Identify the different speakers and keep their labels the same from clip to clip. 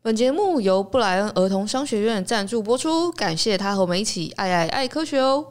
Speaker 1: 本节目由布莱恩儿童商学院赞助播出，感谢他和我们一起爱爱爱科学哦。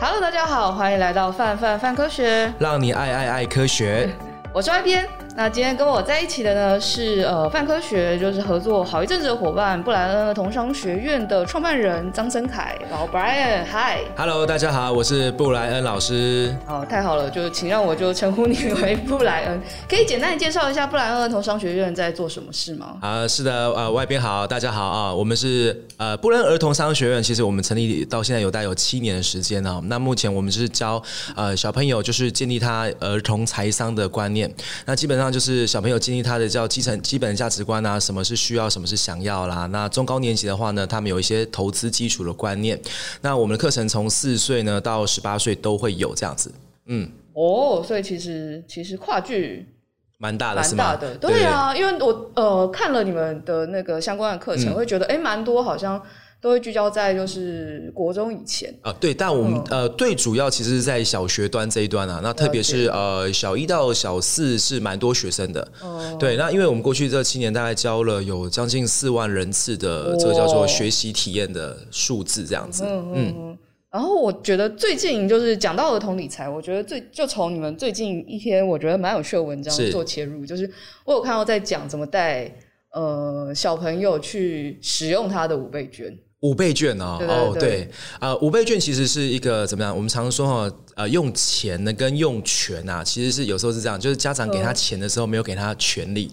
Speaker 1: Hello，大家好，欢迎来到范范范科学，
Speaker 2: 让你爱爱爱 科学。
Speaker 1: 我是 Y 边。那今天跟我在一起的呢是呃泛科学，就是合作好一阵子的伙伴布莱恩儿童商学院的创办人张森凯，然后 Brian，嗨。
Speaker 2: Hello，大家好，我是布莱恩老师。
Speaker 1: 哦，太好了，就请让我就称呼你为布莱恩。 可以简单的介绍一下布莱恩儿童商学院在做什么事吗？
Speaker 2: 啊、是的，呃，外边好，大家好啊，我们是呃布伦儿童商学院，其实我们成立到现在有大概有七年的时间了、那目前我们是教呃小朋友，就是建立他儿童财商的观念。那基本上就是小朋友建立他的叫基层基本价值观啊，什么是需要，什么是想要啦。那中高年级的话呢，他们有一些投资基础的观念。那我们的课程从四岁呢到十八岁都会有这样子，
Speaker 1: 哦，所以其实其实跨距
Speaker 2: 蛮大的是
Speaker 1: 蛮
Speaker 2: 吗？
Speaker 1: 大的，对啊，因为我呃看了你们的那个相关的课程，
Speaker 2: 嗯
Speaker 1: 会觉得哎，蛮多好像都会聚焦在就是国中以前，
Speaker 2: 啊，对，但我们、呃最主要其实是在小学端这一端啊，那特别是呃小一到小四是蛮多学生的，对，那因为我们过去这七年大概教了有将近四万人次的这个叫
Speaker 1: 哇
Speaker 2: 做学习体验的数字这样子，
Speaker 1: 然后我觉得最近就是讲到儿童理财，我觉得最就从你们最近一篇我觉得蛮有趣的文章
Speaker 2: 是
Speaker 1: 做切入，就是我有看到在讲怎么带呃小朋友去使用他的五倍券，
Speaker 2: 五倍券哦，
Speaker 1: 对对
Speaker 2: 哦
Speaker 1: 对
Speaker 2: 对，呃，五倍券其实是一个怎么样？我们常说哈，呃，用钱呢跟用权啊，其实是有时候是这样，就是家长
Speaker 1: 嗯
Speaker 2: 给他钱的时候没有给他权利，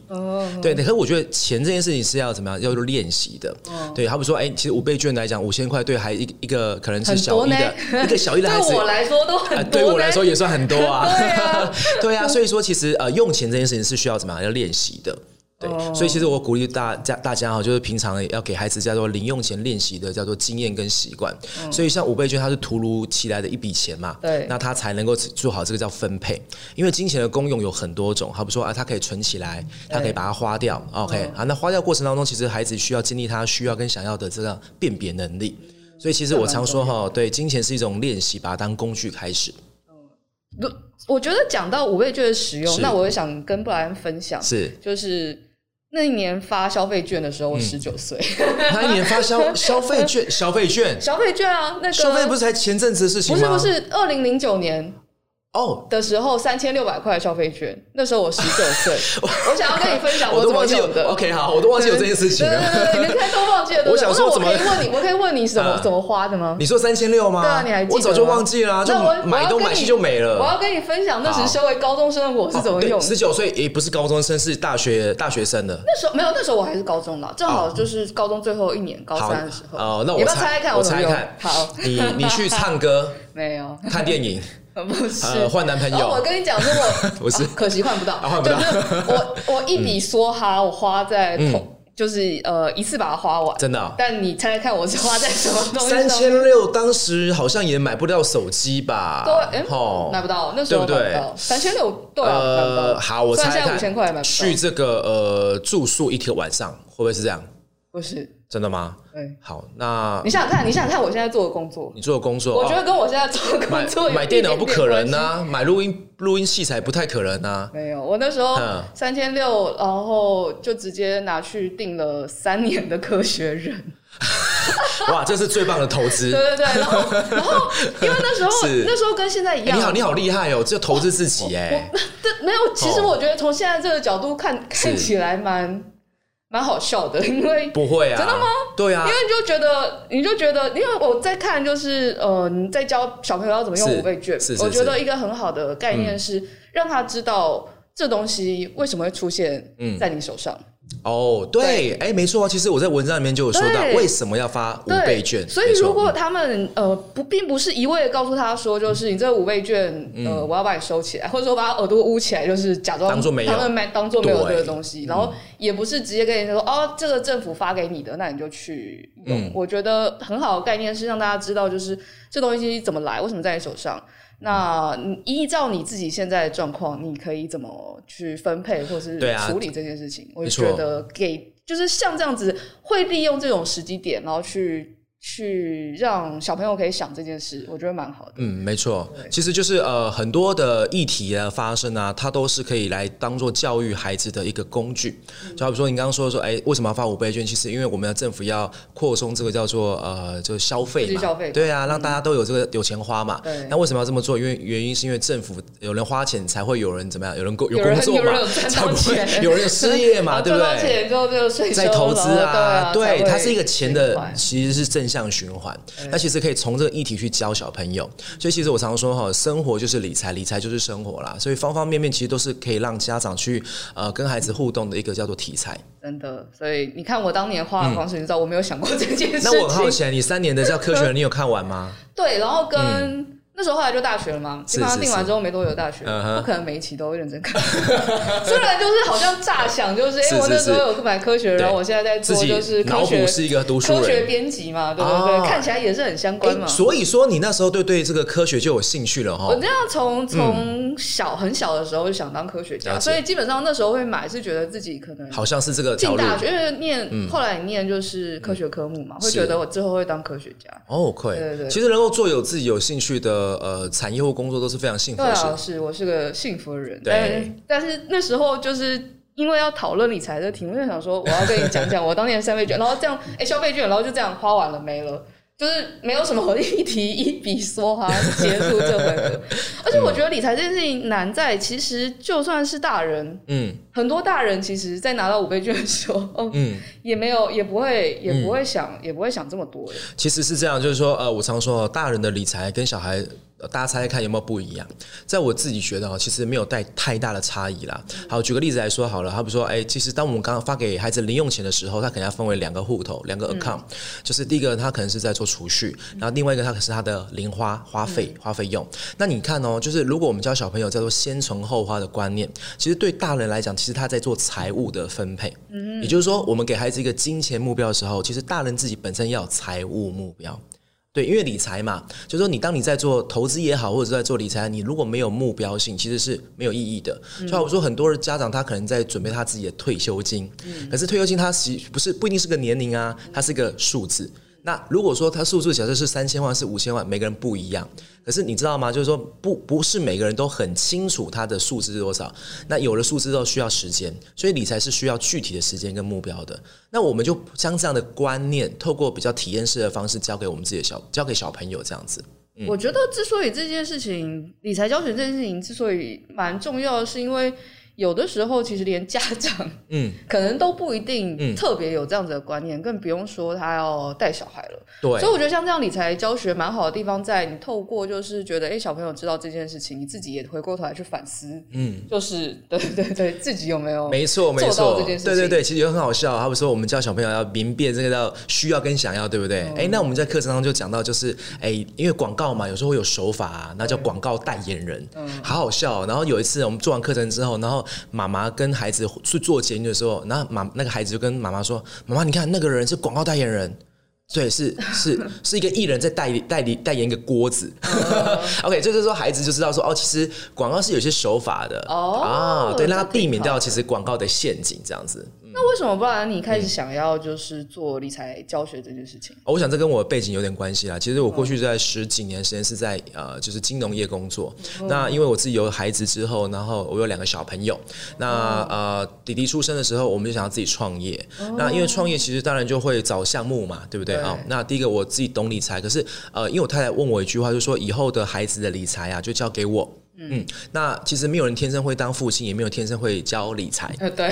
Speaker 2: 对。可是我觉得钱这件事情是要怎么样，要练习的，
Speaker 1: 嗯
Speaker 2: 对。好比说，哎，其实五倍券来讲，五千块对还一一个可能是小一的
Speaker 1: 很，
Speaker 2: 一个小一的孩子
Speaker 1: 对我来说都很多、
Speaker 2: 啊，对我来说，也算很多啊。 对啊，所以说其实呃，用钱这件事情是需要怎么样要练习的。对，
Speaker 1: 哦
Speaker 2: 所以其实我鼓励大家大家哈，就是平常也要给孩子叫做零用钱练习的叫做经验跟习惯。所以像五倍券，它是突如其来的一笔钱嘛，
Speaker 1: 嗯对
Speaker 2: 那它才能够做好这个叫分配。因为金钱的功用有很多种，好比说啊，它可以存起来，
Speaker 1: 嗯
Speaker 2: 它可以把它花掉，OK 啊，那花掉过程当中，其实孩子需要建立他需要跟想要的这个辨别能力。所以其实我常说哈，对，金钱是一种练习，把它当工具开始。
Speaker 1: 嗯如我觉得讲到五倍券的使用，
Speaker 2: 是
Speaker 1: 那我也想跟布莱恩分享，
Speaker 2: 是
Speaker 1: 就是那一年发消费券的时候，
Speaker 2: 嗯
Speaker 1: 我十九岁，
Speaker 2: 那一年发消消费券，消费券，
Speaker 1: 消费券啊，那个
Speaker 2: 消费不是才前阵子的事情
Speaker 1: 不是
Speaker 2: 吗？
Speaker 1: 不是二零零九年，
Speaker 2: 哦，
Speaker 1: 的时候三千六百块消费券，那时候我十九 岁，我想要跟你分享
Speaker 2: 我
Speaker 1: 怎
Speaker 2: 都
Speaker 1: 么
Speaker 2: 忘记有
Speaker 1: 用的。
Speaker 2: OK 好，我都忘记有这件事情
Speaker 1: 对
Speaker 2: 了。
Speaker 1: 对对对，你们应该都忘记了。对不对
Speaker 2: 我想说
Speaker 1: 那我
Speaker 2: 怎么
Speaker 1: 可以问你，我可以问你怎么
Speaker 2: 啊
Speaker 1: 怎么花的吗？
Speaker 2: 你说三千六吗？
Speaker 1: 对啊你还记得
Speaker 2: 我早就忘记了啊，就
Speaker 1: 那我
Speaker 2: 买东买西就没
Speaker 1: 我
Speaker 2: 了。
Speaker 1: 要跟你分享那时
Speaker 2: 好
Speaker 1: 身为高中生的我是怎么用的。
Speaker 2: 十九岁也不是高中生，是大学大学生了。
Speaker 1: 那时候没有，那时候我还是高中啦，正好就是高中最后一年，高三的时候。
Speaker 2: 哦，那
Speaker 1: 你要
Speaker 2: 我
Speaker 1: 不要猜
Speaker 2: 猜，
Speaker 1: 看
Speaker 2: 我
Speaker 1: 怎么
Speaker 2: 猜
Speaker 1: 用？
Speaker 2: 看，
Speaker 1: 好，
Speaker 2: 你你去唱歌、
Speaker 1: 没有，
Speaker 2: 看电影，
Speaker 1: 不是。
Speaker 2: 呃，换男朋
Speaker 1: 然后我
Speaker 2: 友，
Speaker 1: 跟你讲，说我
Speaker 2: 不是
Speaker 1: 啊可惜换不到，
Speaker 2: 啊换不到嗯
Speaker 1: 就是我我一笔梭哈，我花在同，就是呃一次把它花完。
Speaker 2: 真的哦。
Speaker 1: 但你猜猜看，我是花在什么东西上？
Speaker 2: 三千六，当时好像也买不到手机吧？
Speaker 1: 多哎
Speaker 2: 吼，
Speaker 1: 买不到，那时候
Speaker 2: 哦对不
Speaker 1: 买
Speaker 2: 对
Speaker 1: 不到，三千六对啊，买不
Speaker 2: 呃，
Speaker 1: 到。
Speaker 2: 好，我
Speaker 1: 虽
Speaker 2: 猜
Speaker 1: 然现在
Speaker 2: 猜
Speaker 1: 五
Speaker 2: 看，
Speaker 1: 千块也买不
Speaker 2: 去
Speaker 1: 到，
Speaker 2: 这个呃住宿一个晚上，会不会是这样？
Speaker 1: 不是。
Speaker 2: 真的吗？
Speaker 1: 对，
Speaker 2: 好，那
Speaker 1: 你想想看，你想想看，我现在做的工作，
Speaker 2: 你做的工作，
Speaker 1: 我觉
Speaker 2: 哦
Speaker 1: 得跟我现在做的工作有
Speaker 2: 买买
Speaker 1: 一点
Speaker 2: 电
Speaker 1: 点
Speaker 2: 脑不可能
Speaker 1: 关系。
Speaker 2: 啊，买录音录音器材不太可 能啊。
Speaker 1: 没有，我那时候
Speaker 2: 嗯
Speaker 1: 三千六，然后就直接拿去订了三年的科学人。
Speaker 2: 哇，这是最棒的投资。
Speaker 1: 对啊对对，然后然后因为那时候
Speaker 2: 是
Speaker 1: 那时候跟现在一
Speaker 2: 哎
Speaker 1: 样，
Speaker 2: 你好，你好厉害哦，这投资自己哎。
Speaker 1: 这没有，其实
Speaker 2: 哦
Speaker 1: 我觉得从现在这个角度看，看起来蛮蛮好笑的，因为
Speaker 2: 不会啊，
Speaker 1: 真的吗？
Speaker 2: 对啊
Speaker 1: 因为，你就觉得，你就觉得，因为我在看，就是呃，你在教小朋友要怎么用
Speaker 2: 是
Speaker 1: 五倍券
Speaker 2: 是，嗯是
Speaker 1: 我觉得一个很好的概念是让他知道这东西为什么会出现
Speaker 2: 嗯
Speaker 1: 在你手上。
Speaker 2: 哦，对，哎，没错啊，其实我在文章里面就有说到
Speaker 1: 对
Speaker 2: 为什么要发五
Speaker 1: 对，
Speaker 2: 倍券，
Speaker 1: 所以
Speaker 2: 没错嗯
Speaker 1: 如果他们呃不，并不是一味的告诉他说，就是你这五倍券，呃，我要把你收起来， 或者说把他耳朵捂起来，就是假装
Speaker 2: 嗯当作没有
Speaker 1: 他们没当做没有
Speaker 2: 对
Speaker 1: 这个东西，然后也不是直接跟人家说，哦，这个政府发给你的，那你就去
Speaker 2: 嗯
Speaker 1: 用。我觉得很好的概念是让大家知道，就是这东西怎么来，为什么在你手上。那你依照你自己现在的状况，你可以怎么去分配或是
Speaker 2: 对啊
Speaker 1: 处理这件事情？我
Speaker 2: 没
Speaker 1: 就
Speaker 2: 错
Speaker 1: 觉得给就是像这样子会利用这种时机点，然后去去让小朋友可以想这件事，我觉得蛮好的。
Speaker 2: 嗯，没错，其实就是呃很多的议题啊发生啊，它都是可以来当做教育孩子的一个工具。
Speaker 1: 嗯
Speaker 2: 就好比说你刚刚说说，哎，为什么要发五倍券？其实因为我们的政府要扩充这个叫做呃就消费
Speaker 1: 刺
Speaker 2: 嘛，
Speaker 1: 激消费嗯
Speaker 2: 对啊，让大家都有这个有钱花嘛
Speaker 1: 对。
Speaker 2: 那为什么要这么做？因为原因是因为政府有人花钱才会有人怎么样，有人工有
Speaker 1: 有人
Speaker 2: 工作
Speaker 1: 有
Speaker 2: 嘛
Speaker 1: 人有，赚
Speaker 2: 才
Speaker 1: 到
Speaker 2: 不会
Speaker 1: 钱
Speaker 2: 有人有失 业嘛，对不
Speaker 1: 赚到
Speaker 2: 对？
Speaker 1: 钱之后就税收
Speaker 2: 在投资
Speaker 1: 啊，对
Speaker 2: 对，
Speaker 1: 才会
Speaker 2: 它是一个钱的
Speaker 1: 循环，
Speaker 2: 其实是正向循环。那其实可以从这个议题去教小朋友。所以其实我常说哈，生活就是理财，理财就是生活啦。所以方方面面其实都是可以让家长去呃跟孩子互动的一个叫做题材。
Speaker 1: 真的。所以你看我当年花的矿泉水照，我没有想过这件事情。
Speaker 2: 嗯那我很好奇啊，你三年的叫科学人，你有看 完吗？
Speaker 1: 对，然后跟、那时候后来就大学了嘛，
Speaker 2: 嗯是
Speaker 1: 基本上
Speaker 2: 是
Speaker 1: 定
Speaker 2: 是
Speaker 1: 完之后没多久大学，
Speaker 2: 嗯哼
Speaker 1: 不可能每一期都会认真看。 虽然就是好像乍想就是，哎、
Speaker 2: 是
Speaker 1: 我那时
Speaker 2: 是
Speaker 1: 候有买科学，然后
Speaker 2: 对
Speaker 1: 啊我现在在
Speaker 2: 自
Speaker 1: 做
Speaker 2: 己
Speaker 1: 就是科
Speaker 2: 脑
Speaker 1: 学
Speaker 2: 补是一个读书
Speaker 1: 科学
Speaker 2: 人。
Speaker 1: 编辑嘛，对对对，
Speaker 2: 啊
Speaker 1: 看起来也是很相关嘛
Speaker 2: 诶。所以说你那时候对对这个科学就有兴趣了
Speaker 1: 我
Speaker 2: 哈
Speaker 1: 这。样从从小很小的时候就想当科学家，
Speaker 2: 嗯了解
Speaker 1: 所以基本上那时候会买是觉得自己可能
Speaker 2: 好像是这个
Speaker 1: 进
Speaker 2: 条路
Speaker 1: 大学，因为念、后来念就是科学科目嘛，会
Speaker 2: 嗯是
Speaker 1: 觉得我之后会当科学家。
Speaker 2: 哦，会。
Speaker 1: 对对对
Speaker 2: 其实能够做有自己有兴趣的呃产业或工作都是非常幸福
Speaker 1: 对
Speaker 2: 的事
Speaker 1: 啊，是我是个幸福的人，
Speaker 2: 对
Speaker 1: 但但是那时候就是。因为要讨论理财的题目，就想说我要跟你讲讲我当年消费券，然后这样哎、消费券，然后就这样花完了没了，就是没有什么 一提一笔说哈、结束这本课。而且我
Speaker 2: 嗯
Speaker 1: 觉得理财这件事情难在，其实就算是大人，
Speaker 2: 嗯
Speaker 1: 很多大人其实在拿到五倍券的时候，哦
Speaker 2: 嗯。
Speaker 1: 也没有也不会也不会想、也不会想这么多耶。
Speaker 2: 其实是这样，就是说，呃，我常说，哦，大人的理财跟小孩，呃大家猜猜看有没有不一样？在我自己觉得哦，其实没有带太大的差异啦。好，举个例子来说好了，好比说，哎，其实当我们刚刚发给孩子零用钱的时候，他可能要分为两个户头，两个 account，、就是第一个他可能是在做储蓄，然后另外一个他可是他的零花花费花费用。那你看哦，就是如果我们教小朋友叫做先存后花的观念，其实对大人来讲，其实他在做财务的分配。也就是说，我们给孩子一个金钱目标的时候，其实大人自己本身要有财务目标。对，因为理财嘛，就是说你当你在做投资也好，或者是在做理财，你如果没有目标性，其实是没有意义的。所以我说，很多的家长他可能在准备他自己的退休金，可是退休金它其不是不一定是个年龄啊，它是一个数字。那如果说它数字假设是三千万是五千万，每个人不一样。可是你知道吗？就是说不不是每个人都很清楚它的数字是多少。那有了数字之后需要时间，所以理财是需要具体的时间跟目标的。那我们就将这样的观念，透过比较体验式的方式教给我们自己的小教给小朋友这样子。
Speaker 1: 我觉得之所以这件事情，理财教学这件事情之所以蛮重要的，是因为有的时候其实连家长
Speaker 2: 嗯，
Speaker 1: 可能都不一定特别有这样子的观念，更不用说他要带小孩了。
Speaker 2: 对
Speaker 1: 所以我觉得像这样理财教学蛮好的地方，在你透过就是觉得，哎、小朋友知道这件事情，你自己也回过头来去反思，嗯，就是对对对，自己有没有
Speaker 2: 没错，没
Speaker 1: 做到
Speaker 2: 错，
Speaker 1: 这件事情
Speaker 2: 对对对，其实也很好笑。他们说我们教小朋友要明辨这个叫需要跟想要，对不对？
Speaker 1: 嗯
Speaker 2: 哎、那我们在课程当中就讲到，就是哎，因为广告嘛，有时候会有手法、啊，那叫广告代言人，
Speaker 1: 嗯
Speaker 2: 好好笑哦、然后有一次我们做完课程之后，然后妈妈跟孩子去做节目的时候，然后妈那个孩子就跟妈妈说：“妈妈，你看那个人是广告代言人。”对，是是是一个艺人在代理代理代言一个锅子。OK，
Speaker 1: 嗯
Speaker 2: 这 就是说孩子就知道说哦，其实广告是有些手法的
Speaker 1: 哦
Speaker 2: 啊，对，
Speaker 1: 这
Speaker 2: 让他
Speaker 1: 挺
Speaker 2: 避免
Speaker 1: 好
Speaker 2: 掉其实广告的陷阱这样子。
Speaker 1: 那为什么不然你开始想要就是做理财教学这件事情？嗯
Speaker 2: 哦我想这跟我的背景有点关系啦。其实我过去在十几年时间是在呃，就是金融业工作。
Speaker 1: 嗯
Speaker 2: 那因为我自己有孩子之后，然后我有两个小朋友。
Speaker 1: 嗯
Speaker 2: 那呃，弟弟出生的时候，我们就想要自己创业。那因为创业其实当然就会找项目嘛，对不对
Speaker 1: 哦对
Speaker 2: 啊、那第一个我自己懂理财，可是呃，因为我太太问我一句话，就说以后的孩子的理财啊，就交给我。嗯，那其实没有人天生会当父亲，也没有天生会教理财。哎
Speaker 1: 呃， 对，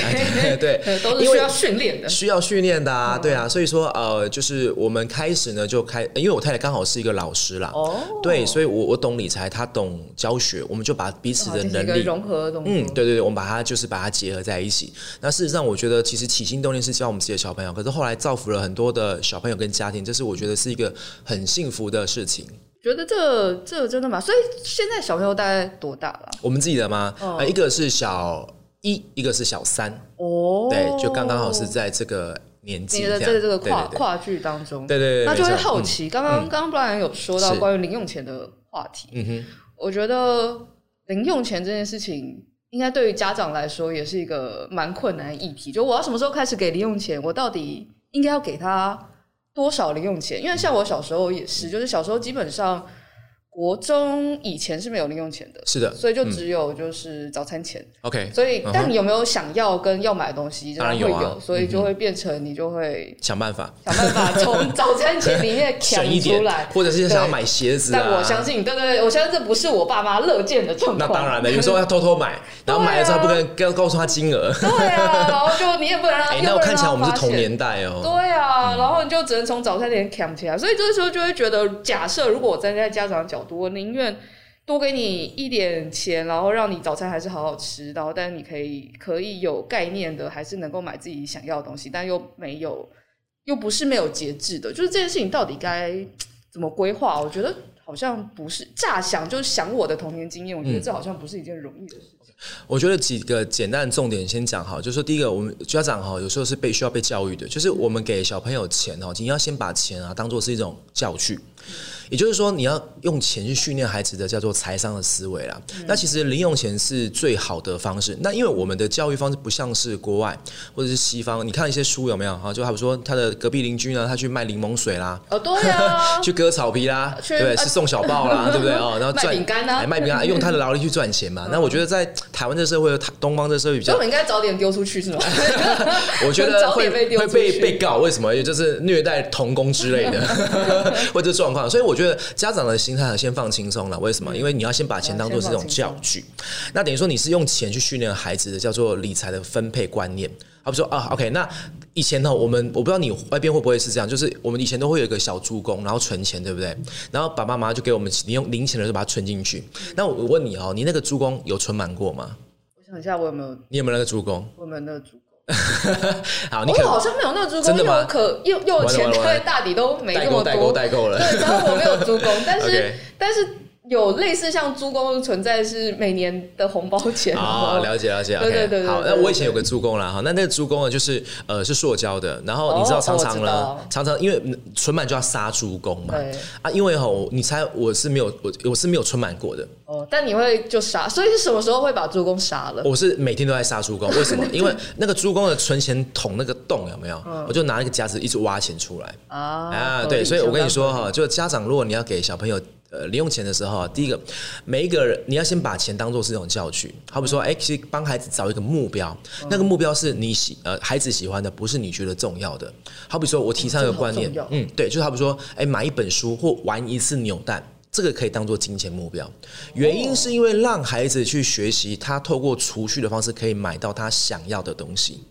Speaker 2: 对
Speaker 1: 呃，都是
Speaker 2: 因
Speaker 1: 需
Speaker 2: 为
Speaker 1: 要训练的。哦
Speaker 2: 需要训练的啊，对啊，所以说呃，就是我们开始呢就开，因为我太太刚好是一个老师啦，
Speaker 1: 哦，
Speaker 2: 对，所以我我懂理财，她懂教学，我们就把彼此
Speaker 1: 啊
Speaker 2: 的
Speaker 1: 这是一
Speaker 2: 能
Speaker 1: 个
Speaker 2: 力。
Speaker 1: 融合的动作。
Speaker 2: 嗯，对对对，我们把它就是把它结合在一起。那事实上，我觉得其实起心动念是教我们自己的小朋友，可是后来造福了很多的小朋友跟家庭，这是我觉得是一个很幸福的事情。
Speaker 1: 觉得这这真的蛮，所以现在小朋友大概多大了？
Speaker 2: 我们自己的吗？呃，一个是小一，一个是小三，
Speaker 1: 哦，
Speaker 2: 对，就刚刚好是在这个年纪
Speaker 1: 你
Speaker 2: 这
Speaker 1: 的
Speaker 2: 样。
Speaker 1: 在这个跨
Speaker 2: 对对对
Speaker 1: 跨剧当中，
Speaker 2: 对对对，
Speaker 1: 那就会
Speaker 2: 没错嗯
Speaker 1: 好奇。刚刚刚刚布兰有说到
Speaker 2: 是
Speaker 1: 关于零用钱的话题，
Speaker 2: 嗯哼。
Speaker 1: 我觉得零用钱这件事情。应该对于家长来说也是一个蛮困难的议题，就我要什么时候开始给零用钱？我到底应该要给他多少零用钱，因为像我小时候也是，
Speaker 2: 嗯
Speaker 1: 就是小时候基本上国中以前是没有零用钱的，
Speaker 2: 嗯是的
Speaker 1: 所以就只有就是早餐钱。
Speaker 2: ，OK，
Speaker 1: 所以
Speaker 2: 嗯哼，
Speaker 1: 但你有没有想要跟要买的东西，
Speaker 2: 当然
Speaker 1: 就是
Speaker 2: 有啊
Speaker 1: 会有，所以就会变成你就会
Speaker 2: 想办法
Speaker 1: 想办法从早餐钱里面抢
Speaker 2: 省一
Speaker 1: 出
Speaker 2: 点
Speaker 1: 来，，
Speaker 2: 或者是想要
Speaker 1: 对。
Speaker 2: 买鞋子啊。
Speaker 1: 但我相信，对对对，我相信这不是我爸妈乐见的状况。
Speaker 2: 那当然了，有时候要偷偷买，然后买了之后不跟跟告诉他金额。
Speaker 1: 对啊，然后就你也不能让，
Speaker 2: 哎，
Speaker 1: 又
Speaker 2: 那我
Speaker 1: 不能
Speaker 2: 看起来
Speaker 1: 让
Speaker 2: 我们
Speaker 1: 他
Speaker 2: 是同
Speaker 1: 发现
Speaker 2: 年代哦。
Speaker 1: 对啊，然后你就只能从早餐点扛起来，所以这个时候就会觉得，假设如果我站在家长的角度，我宁愿多给你一点钱，然后让你早餐还是好好吃，然后但你可以可以有概念的，还是能够买自己想要的东西，但又没有又不是没有节制的，就是这件事情到底该怎么规划？我觉得。好像不是乍想就是想我的童年经验，我觉得这好像不是一件容易的事情。
Speaker 2: 我觉得几个简单的重点先讲好，就是说第一个，我们家长哈，有时候是被需要被教育的，就是我们给小朋友钱哈，你要先把钱啊当做是一种教具。也就是说，你要用钱去训练孩子的叫做财商的思维啦。那其实零用钱是最好的方式。那因为我们的教育方式不像是国外或者是西方，你看一些书有没有哈？就好比说他的隔壁邻居呢，他去卖柠檬水啦，
Speaker 1: 哦，对啊，
Speaker 2: 去割草皮啦，
Speaker 1: 去
Speaker 2: 对不对？
Speaker 1: 啊
Speaker 2: 是送小报啦，对不 对哦？然后
Speaker 1: 卖
Speaker 2: 赚
Speaker 1: 饼干啊
Speaker 2: 哎卖饼干，哎用他的劳力去赚钱嘛。那我觉得在台湾这社会，台东方这社会比
Speaker 1: 所以
Speaker 2: 较
Speaker 1: 我，应该早点丢出去是吗？
Speaker 2: 我觉得
Speaker 1: 早
Speaker 2: 会
Speaker 1: 点被丢
Speaker 2: 会
Speaker 1: 出
Speaker 2: 被
Speaker 1: 去
Speaker 2: 被告为什么？也就是虐待童工之 类的 或者状况。所以我觉得家长的心态先放轻松了。为
Speaker 1: 嗯
Speaker 2: 什么？因为你要先把钱当做是一种教具，那等于说你是用钱去训练孩子的叫做理财的分配观念。他们说啊，OK，那以前呢，我们我不知道你外边会不会是这样，就是我们以前都会有一个小助攻，然后存钱，对不对？然后爸爸妈妈就给我们零用零钱的时候把它存进去。那我问你哦，你那个助攻有存满过吗？
Speaker 1: 我想一下，我有没有
Speaker 2: 你有没有那个助攻？
Speaker 1: 我没有那个足够？
Speaker 2: 好，你可
Speaker 1: 我好
Speaker 2: 能
Speaker 1: 像没有那个足
Speaker 2: 真
Speaker 1: 够，因
Speaker 2: 的
Speaker 1: 为
Speaker 2: 吗
Speaker 1: 我可又又有
Speaker 2: 完了
Speaker 1: 钱
Speaker 2: 完了完了
Speaker 1: 对大抵都没
Speaker 2: 代
Speaker 1: 那
Speaker 2: 购
Speaker 1: 么
Speaker 2: 代购
Speaker 1: 多。
Speaker 2: 代购了。
Speaker 1: 对，然后我没有租 公，但是
Speaker 2: OK
Speaker 1: 但是有类似像租公的存在是每年的红包 钱哦
Speaker 2: 啊，了解了解，OK，
Speaker 1: 对对对对
Speaker 2: 好，
Speaker 1: 对
Speaker 2: 那
Speaker 1: 对
Speaker 2: 我以前有个助攻啦，哈，那那个助攻呢，就是呃是塑胶的，然后你知道
Speaker 1: 哦
Speaker 2: 常常呢，
Speaker 1: 哦我知道
Speaker 2: 常常因为嗯存满就要杀助攻嘛
Speaker 1: 对，
Speaker 2: 啊，因为吼，你猜我是没有我我是没有存满过的，
Speaker 1: 哦，但你会就杀，所以是什么时候会把租公杀了？
Speaker 2: 我是每天都在杀猪工，为 什么？因为那个猪工的存钱桶那个洞有没有？
Speaker 1: 嗯
Speaker 2: 我就拿那个夹子一直挖钱出来
Speaker 1: 啊
Speaker 2: 啊。
Speaker 1: 合
Speaker 2: 对，
Speaker 1: 理
Speaker 2: 所以我跟你说
Speaker 1: 相当合
Speaker 2: 哈，就家长如果你要给小朋友。呃，零用钱的时候啊，第一个，每一个人你要先把钱当做是一种教具，好比
Speaker 1: 嗯
Speaker 2: 说，哎、其实帮孩子找一个目标，那个目标是你喜呃孩子喜欢的，不是你觉得重要的。好比说，我提倡一个
Speaker 1: 嗯这个好
Speaker 2: 观念
Speaker 1: 重要，
Speaker 2: 嗯，对，就好比说，哎，买一本书或玩一次扭蛋，这个可以当做金钱目标。原
Speaker 1: 哦
Speaker 2: 因是因为让孩子去学习，他透过储蓄的方式可以买到他想要的东西。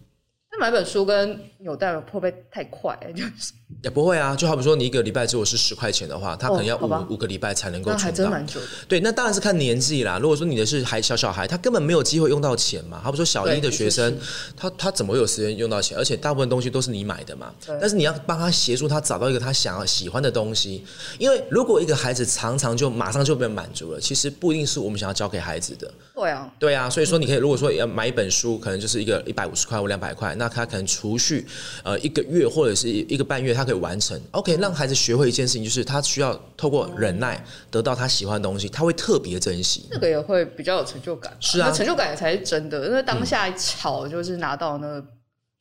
Speaker 1: 那买本书跟扭蛋会不会太快？哎就是
Speaker 2: 也不会啊，就好比说你一个礼拜只有是十块钱的话，他可能要
Speaker 1: 哦好吧
Speaker 2: 五五个礼拜才能够
Speaker 1: 那还
Speaker 2: 存
Speaker 1: 真
Speaker 2: 到。
Speaker 1: 蛮久的。
Speaker 2: 对，那当然是看年纪啦。如果说你的是还小小孩，他根本没有机会用到钱嘛。好比说小一
Speaker 1: 对的
Speaker 2: 的学
Speaker 1: 确
Speaker 2: 生，他他怎么会有时间用到钱？而且大部分东西都是你买的嘛。但是你要帮他协助他找到一个他想要喜欢的东西，因为如果一个孩子常常就马上就被满足了，其实不一定是我们想要教给孩子的。
Speaker 1: 对啊，
Speaker 2: 对啊，所以说你可以如果说要买一本书，可能就是一个一百五十块或两百块，那他可能储蓄呃一个月或者是一个半月，他可以完成。OK，让孩子学会一件事情，就是他需要透过忍耐得到他喜欢的东西，他会特别珍惜。
Speaker 1: 这个也会比较有成就感吧，
Speaker 2: 是啊嗯
Speaker 1: 那成就感也才是真的，因为当下吵就是拿到那个，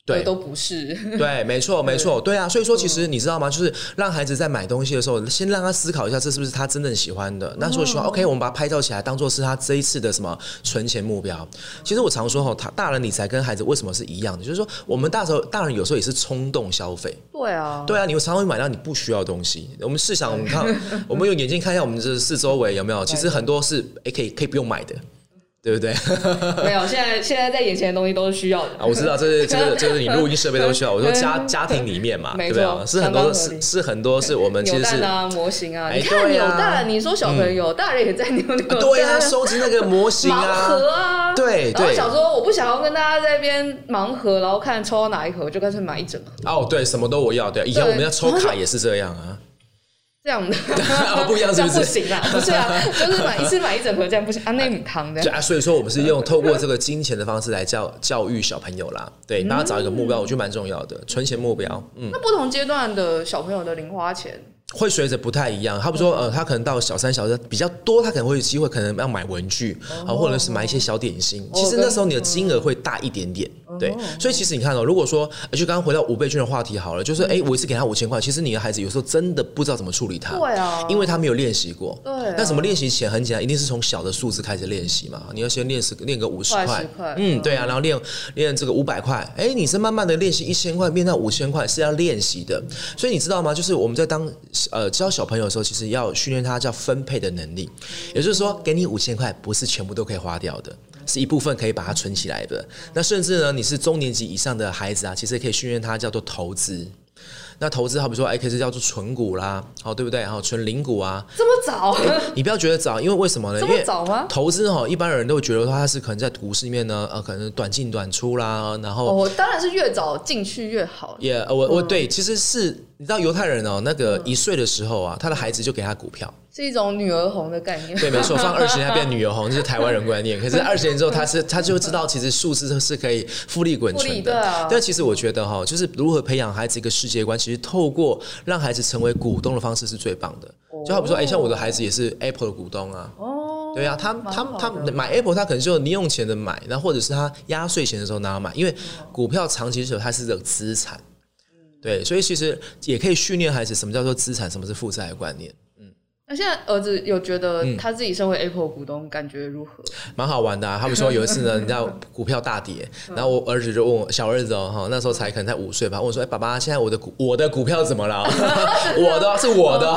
Speaker 2: 对
Speaker 1: 那都不是，
Speaker 2: 对，没错，没错，对啊。所以说，其实你知道吗？就是让孩子在买东西的时候，先让他思考一下，这是不是他真正喜欢的。那如果喜欢，OK，我们把它拍照起来，当做是他这一次的什么存钱目标。其实我常说哈，他大人理财跟孩子为什么是一样的？就是说，我们大时候大人有时候也是冲动消费。
Speaker 1: 对啊，
Speaker 2: 对啊，你常常会买到你不需要的东西。我们试想，我们看， 我们用眼睛看一下我们这四周围有没有，其实很多是哎、诶可以可以不用买的，对不对？
Speaker 1: 没有，现在现在在眼前的东西都是需要的。
Speaker 2: 啊，我知道，这是这是这是你录音设备都需要。我说家家庭里面嘛，对
Speaker 1: 没
Speaker 2: 不
Speaker 1: 错
Speaker 2: 对啊？是很多
Speaker 1: 相当合
Speaker 2: 是
Speaker 1: 理
Speaker 2: 是很多是我们其
Speaker 1: 扭
Speaker 2: 实是
Speaker 1: 蛋。啊，模型啊，
Speaker 2: 哎
Speaker 1: 你看
Speaker 2: 对
Speaker 1: 扭
Speaker 2: 啊
Speaker 1: 蛋，你说小朋友，大人也在扭扭蛋，
Speaker 2: 对啊，收集那个模型
Speaker 1: 盲
Speaker 2: 啊，
Speaker 1: 盒啊，
Speaker 2: 对
Speaker 1: 然后
Speaker 2: 对
Speaker 1: 想说我不想要跟大家在那边盲盒，然后看抽到哪一盒，就干脆买一整盒
Speaker 2: 哦，对，什么都我要，对，以前
Speaker 1: 对
Speaker 2: 我们要抽卡也是这样啊，
Speaker 1: 这样的
Speaker 2: 哦，不一样是
Speaker 1: 这
Speaker 2: 不
Speaker 1: 样
Speaker 2: 是
Speaker 1: 不行啦， 不是啊，就是买一次买一整盒这样不行啊，那米汤这
Speaker 2: 对
Speaker 1: 样，
Speaker 2: 啊，所以说我们是用透过这个金钱的方式来教教育小朋友啦，对，帮他找一个目标，我觉得蛮重要的，存钱目标，嗯。
Speaker 1: 那不同阶段的小朋友的零花钱，
Speaker 2: 会随着不太一样，他比
Speaker 1: 嗯
Speaker 2: 如说呃，他可能到小三、小四比较多，他可能会有机会
Speaker 1: 哦嗯
Speaker 2: 可能要买文具啊、或者是买一些小点心。其实那时候你的金额会大一点点，对，所以其实你看哦，如果说呃就刚刚回到五倍券的话题好了，
Speaker 1: 嗯
Speaker 2: 就是哎、诶我一次给他五千块，其实你的孩子有时候真的不知道怎么处理它，
Speaker 1: 对啊
Speaker 2: 因为他没有练习过。
Speaker 1: 对啊
Speaker 2: 那怎么练习前很简单，一定是从小的数字开始练习嘛。你要先练十练个五十
Speaker 1: 块
Speaker 2: 块
Speaker 1: 10块，
Speaker 2: 嗯，对啊，然后练练这个五百块，哎，你是慢慢的练习一千块变到五千块是要练习的。所以你知道吗？就是我们在当呃教小朋友的时候，其实要训练他叫分配的能力，也就是说，给你五千块不是全部都可以花掉的。是一部分可以把它存起来的，那甚至呢，你是中年级以上的孩子啊，其实可以训练他叫做投资。那投资好比说，哎，可以是叫做存股啦，好对不对？好存零股啊，
Speaker 1: 这么早，
Speaker 2: 你不要觉得早，因为为什么呢？
Speaker 1: 这
Speaker 2: 因
Speaker 1: 么
Speaker 2: 为
Speaker 1: 早吗
Speaker 2: 投资哈，一般人都会觉得说它是可能在股市里面呢，呃，可能短进短出啦，然后
Speaker 1: 我哦当然是越早进去越好。
Speaker 2: 也、呃我
Speaker 1: 嗯
Speaker 2: 我对，其实是你知道犹太人哦，那个一岁的时候啊，他的孩子就给他股票，
Speaker 1: 是一种女儿红的概念。
Speaker 2: 对，没错，放二十年他变女油红，这是台湾人观念。可是二十年之后，他是他就知道，其实数字是可以复利滚
Speaker 1: 复利
Speaker 2: 存
Speaker 1: 对
Speaker 2: 的。
Speaker 1: 啊
Speaker 2: 但其实我觉得哈，就是如何培养孩子一个世界观，其实透过让孩子成为股东的方式是最棒的。就好比说，哎、像我的孩子也是 Apple 的股东啊。
Speaker 1: 哦，
Speaker 2: 对啊，他
Speaker 1: 蛮
Speaker 2: 他
Speaker 1: 好
Speaker 2: 他
Speaker 1: 的
Speaker 2: 买 Apple，他可能就零用钱的买，然后或者是他压岁钱的时候拿来买，因
Speaker 1: 嗯
Speaker 2: 为股票长期持有它是个资产，对，所以其实也可以训练孩子什么叫做资产，什么是负债的观念。
Speaker 1: 那现在儿子有觉
Speaker 2: 嗯
Speaker 1: 得他自己身为 Apple 股东感觉如何？
Speaker 2: 蛮好玩的、啊。他们说有一次呢，你知道股票大跌，然后我儿子就问我，小儿子哦，哈，那时候才可能才五岁吧，问我说：“哎、爸爸，现在我的股我的股票怎么了？ 我的是我的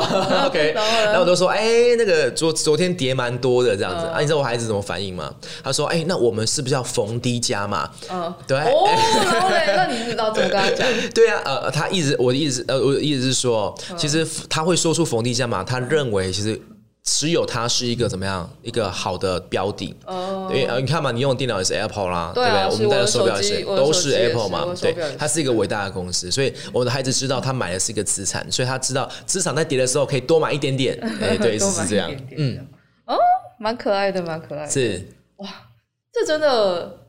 Speaker 2: ，OK。”然后我就说：“哎、那个昨昨天跌蛮多的这样子。啊，你知道我孩子怎么反应吗？他说：“哎、那我们是不是要逢低加码？”
Speaker 1: 嗯，
Speaker 2: 对
Speaker 1: 哦，然后嘞，那你知道怎么跟他 讲？
Speaker 2: 对啊，呃，他一直我的意思，呃，我的意思是说，
Speaker 1: 嗯
Speaker 2: 其实他会说出逢低加码，他认为其实。持有它是一个怎么样一个好的标的？哦，因为呃你看嘛，你用的电脑也是 Apple 啦，
Speaker 1: 对啊
Speaker 2: 不
Speaker 1: 是
Speaker 2: 对？我们戴
Speaker 1: 我的
Speaker 2: 的手表
Speaker 1: 手
Speaker 2: 也
Speaker 1: 机
Speaker 2: 是
Speaker 1: 我的手
Speaker 2: 都
Speaker 1: 机
Speaker 2: 是
Speaker 1: 也是
Speaker 2: Apple
Speaker 1: 我
Speaker 2: 嘛
Speaker 1: 的，手
Speaker 2: 对
Speaker 1: 表也是，
Speaker 2: 它是一个伟大的公司，所以我的孩子知道他买的是一个资产，所以他知道资产在跌的时候可以多买一点 点，哎，对，
Speaker 1: 多
Speaker 2: 是
Speaker 1: 买一
Speaker 2: 这样，嗯
Speaker 1: 点点这样，哦，蛮可爱的，蛮可爱的。
Speaker 2: 是
Speaker 1: 这真的，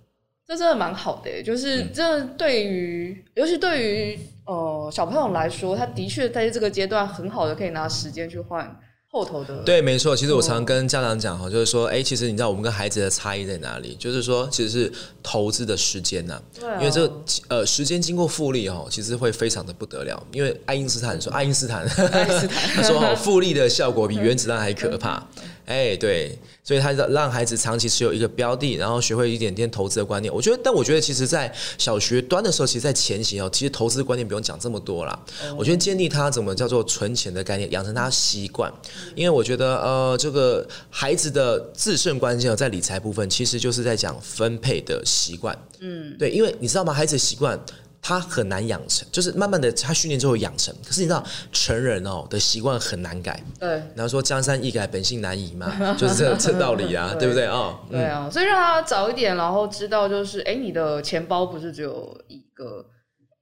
Speaker 1: 这真的蛮好的耶，欸就是
Speaker 2: 嗯
Speaker 1: 这对于，尤其对于呃小朋友来说，他的确在这个阶段很好的可以拿时间去换后头的。
Speaker 2: 对，没错。其实我
Speaker 1: 哦
Speaker 2: 常跟家长讲哈，就是说，哎，其实你知道我们跟孩子的差异在哪里？就是说，其实是投资的时间呐、
Speaker 1: 对啊
Speaker 2: 因为这个呃时间经过复利哦，其实会非常的不得了。因为爱因斯坦说，爱因斯坦， 他说哦，复利的效果比原子弹还可怕。哎，对，所以他让让孩子长期持有一个标的，然后学会一点点投资的观念。我觉得，但我觉得其实，在小学端的时候，其实，在前期哦，其实投资观念不用讲这么多啦。我觉得建立他怎么叫做存钱的概念，养成他习惯。因为我觉得，呃，这个孩子的自胜关键哦，在理财部分，其实就是在讲分配的习惯。嗯，对，因为你知道吗？孩子的习惯。他很难养成，就是慢慢的，他训练之后养成。可是你知道，成人哦的习惯很难改。
Speaker 1: 对
Speaker 2: 然后说江山易改，本性难移嘛， 就是这这道理啊，
Speaker 1: 对
Speaker 2: 对不对啊？
Speaker 1: 对啊，所以让他早一点，然后知道就是，哎，你的钱包不是只有一个。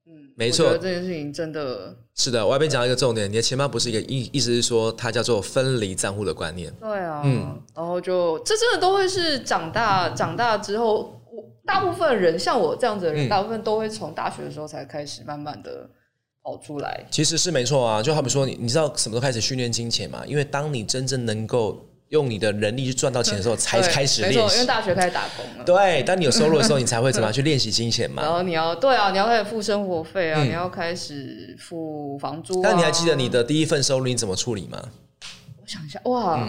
Speaker 1: 嗯，
Speaker 2: 没
Speaker 1: 我
Speaker 2: 错
Speaker 1: 觉得这件事情真的
Speaker 2: 是的，我还没讲到一个重点，你的钱包不是一个意，意思是说它叫做分离账户的观念。
Speaker 1: 对啊，
Speaker 2: 嗯
Speaker 1: 然后就这真的都会是长大长大之后，我大部分人像我这样子的人，
Speaker 2: 嗯
Speaker 1: 大部分都会从大学的时候才开始慢慢的跑出来。
Speaker 2: 其实是没错啊，就好比说你，你知道什么时候开始训练金钱嘛？因为当你真正能够用你的能力去赚到钱的时候，才
Speaker 1: 对
Speaker 2: 开始
Speaker 1: 没
Speaker 2: 练
Speaker 1: 错，因
Speaker 2: 习
Speaker 1: 为。大学开始打工了，
Speaker 2: 对，当你有收入的时 候，你才会怎么样去练习金钱嘛
Speaker 1: 然？后你要对啊，你要开始付生活费啊，你要开始付房租、啊。
Speaker 2: 嗯那你还记得你？的第一份收入你怎么处理吗？
Speaker 1: 我想一下，哇，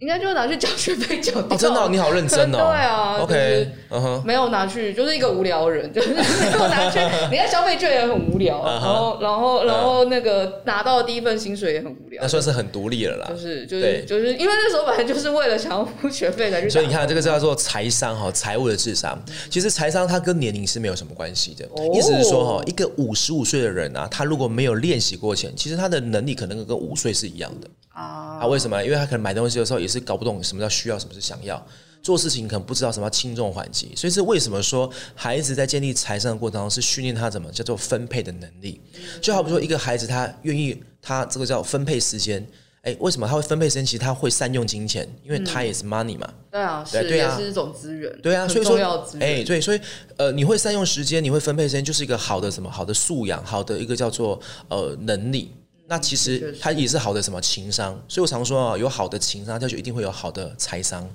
Speaker 1: 应该就拿去缴学费缴掉了、
Speaker 2: 嗯哦，真的哦、你好认真哦。
Speaker 1: 对啊就是
Speaker 2: ，OK，嗯哼，
Speaker 1: 没有拿去，就是一个无聊人， 就是没有 拿去。你看消费券也很无聊，
Speaker 2: 啊
Speaker 1: 然后然后然后那个拿到第一份薪水也很无聊
Speaker 2: 那，算是很独立了啦。
Speaker 1: 就是就是
Speaker 2: 对
Speaker 1: 就是因为那时候本来就是为了想要付学费才去打，
Speaker 2: 所以你看，这个叫做财商哈，财务的智商。其实财商它跟年龄是没有什么关系的，
Speaker 1: 哦
Speaker 2: 意思是说哈，一个五十五岁的人啊，他如果没有练习过钱，其实他的能力可能跟五岁是一样的
Speaker 1: 啊
Speaker 2: 啊。，为什么呢？因为他可能买东西的时候也是搞不懂什么叫需要，什么是想要。做事情可能不知道什么叫轻重缓急，所以是为什么说孩子在建立财商的过程当中是训练他怎么叫做分配的能力。就好比说一个孩子他愿意他这个叫分配时间，哎，为什么他会分配时间？其实他会善用金钱，因为他也是 money 嘛。
Speaker 1: 对啊，是
Speaker 2: 对对
Speaker 1: 也
Speaker 2: 啊
Speaker 1: 是一种资源，
Speaker 2: 对啊，所
Speaker 1: 很
Speaker 2: 以说
Speaker 1: 重要的资，源，
Speaker 2: 哎，对，所以呃，你会善用时间，你会分配时间，就是一个好的什么，好的素养，好的一个叫做呃能力。那其
Speaker 1: 确
Speaker 2: 实
Speaker 1: 实
Speaker 2: 它也是好的什么情商，所以我常说啊，有好 的情商，它就一定会有好的财商。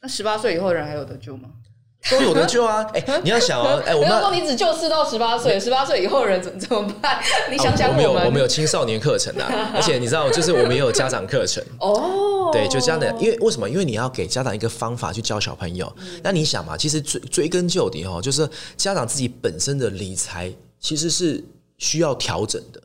Speaker 1: 那十八岁以后人还有得救吗？
Speaker 2: 都有的救啊！ 哎、你要想哦，哎、我
Speaker 1: 如果
Speaker 2: 们。
Speaker 1: 你只救四到十八岁，十八岁以后人怎怎么办？ 你想想
Speaker 2: 啊我们有
Speaker 1: 们，
Speaker 2: 我们有青少年课程啊，而且你知道，就是我们也有家长课程，啊
Speaker 1: 哦，
Speaker 2: 对，就家长，因为为什么？因为你要给家长一个方法去教小朋友。那你想嘛，其实追追根究底哈，就是家长自己本身的理财其实是需要调整的。